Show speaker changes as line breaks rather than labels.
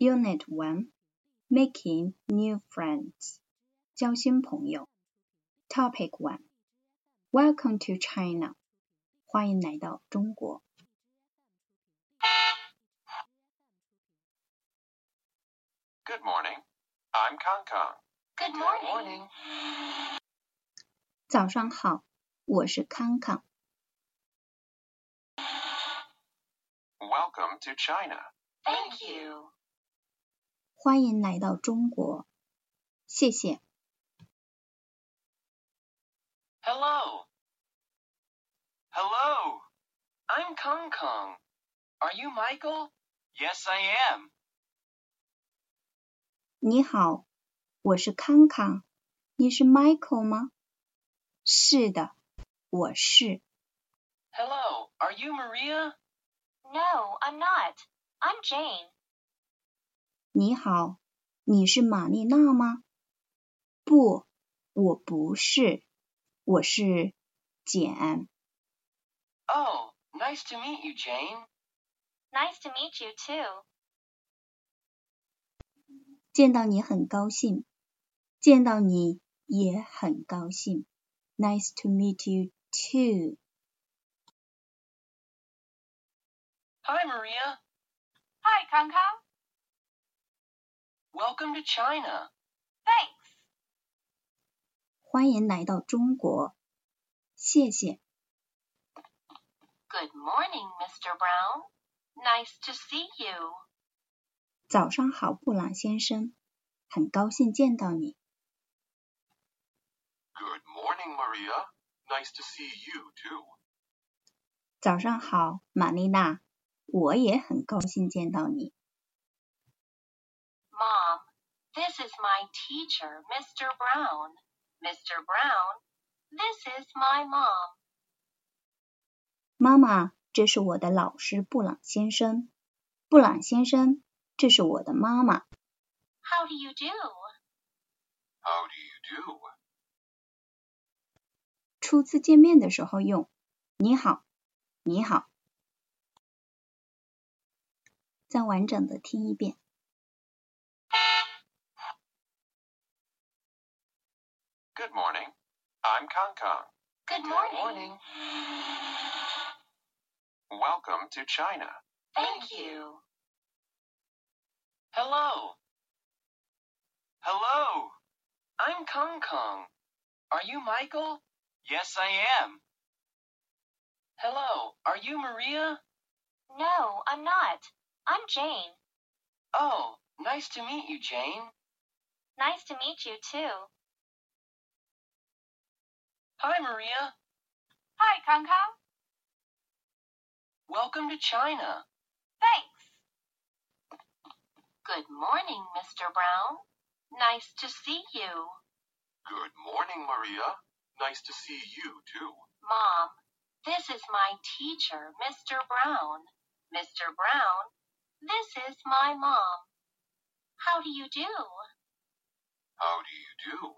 Unit One Making New Friends 交新朋友 Topic One Welcome to China 欢迎来到中国
Good morning. I'm Kong Kong.
Good morning.
早上好，我是康康，
Welcome to China.
Thank you.
欢迎来到中国，谢谢。
Hello. Hello. I'm Kong Kong. Are you Michael?
Yes, I am.
你好，我是康康，你是 Michael 吗？是的，我是。
Hello. Are you Maria?
No, I'm not. I'm Jane.
你好，你是玛丽娜吗？不，我不是，我是简。
Oh, nice to meet you, Jane.
Nice to meet you too.
见到你很高兴，见到你也很高兴。Nice to meet you too。
Hi, Maria.
Hi, Kong Kong.
Welcome to China.
Thanks.
欢迎来到中国，谢谢。
Good morning, Mr. Brown. Nice to see you.
早上好，布朗先生，很高兴见到你。
Good morning, Maria. Nice to see you, too.
早上好，玛丽娜，我也很高兴见到你。
Mom, this is my teacher, Mr. Brown. Mr. Brown, this is my mom.
妈妈，这是我的老师布朗先生。布朗先生，这是我的妈妈。
How do you do?
How do you do?
初次见面的时候用“你好，你好”。再完整的听一遍。
Good morning. I'm Kong Kong.
Good
morning.
Welcome to China.
Thank you.
Hello. Hello. I'm Kong Kong. Are you Michael? Yes, I am. Hello. Are you Maria?
No, I'm not. I'm Jane.
Oh, nice to meet you, Jane.
Nice to meet you too.
Hi, Maria.
Hi, Kong Kong.
Welcome to China.
Thanks. Good morning, Mr. Brown. Nice to see you.
Good morning, Maria. Nice to see you, too.
Mom, this is my teacher, Mr. Brown. Mr. Brown, this is my mom. How do you do?
How do you do?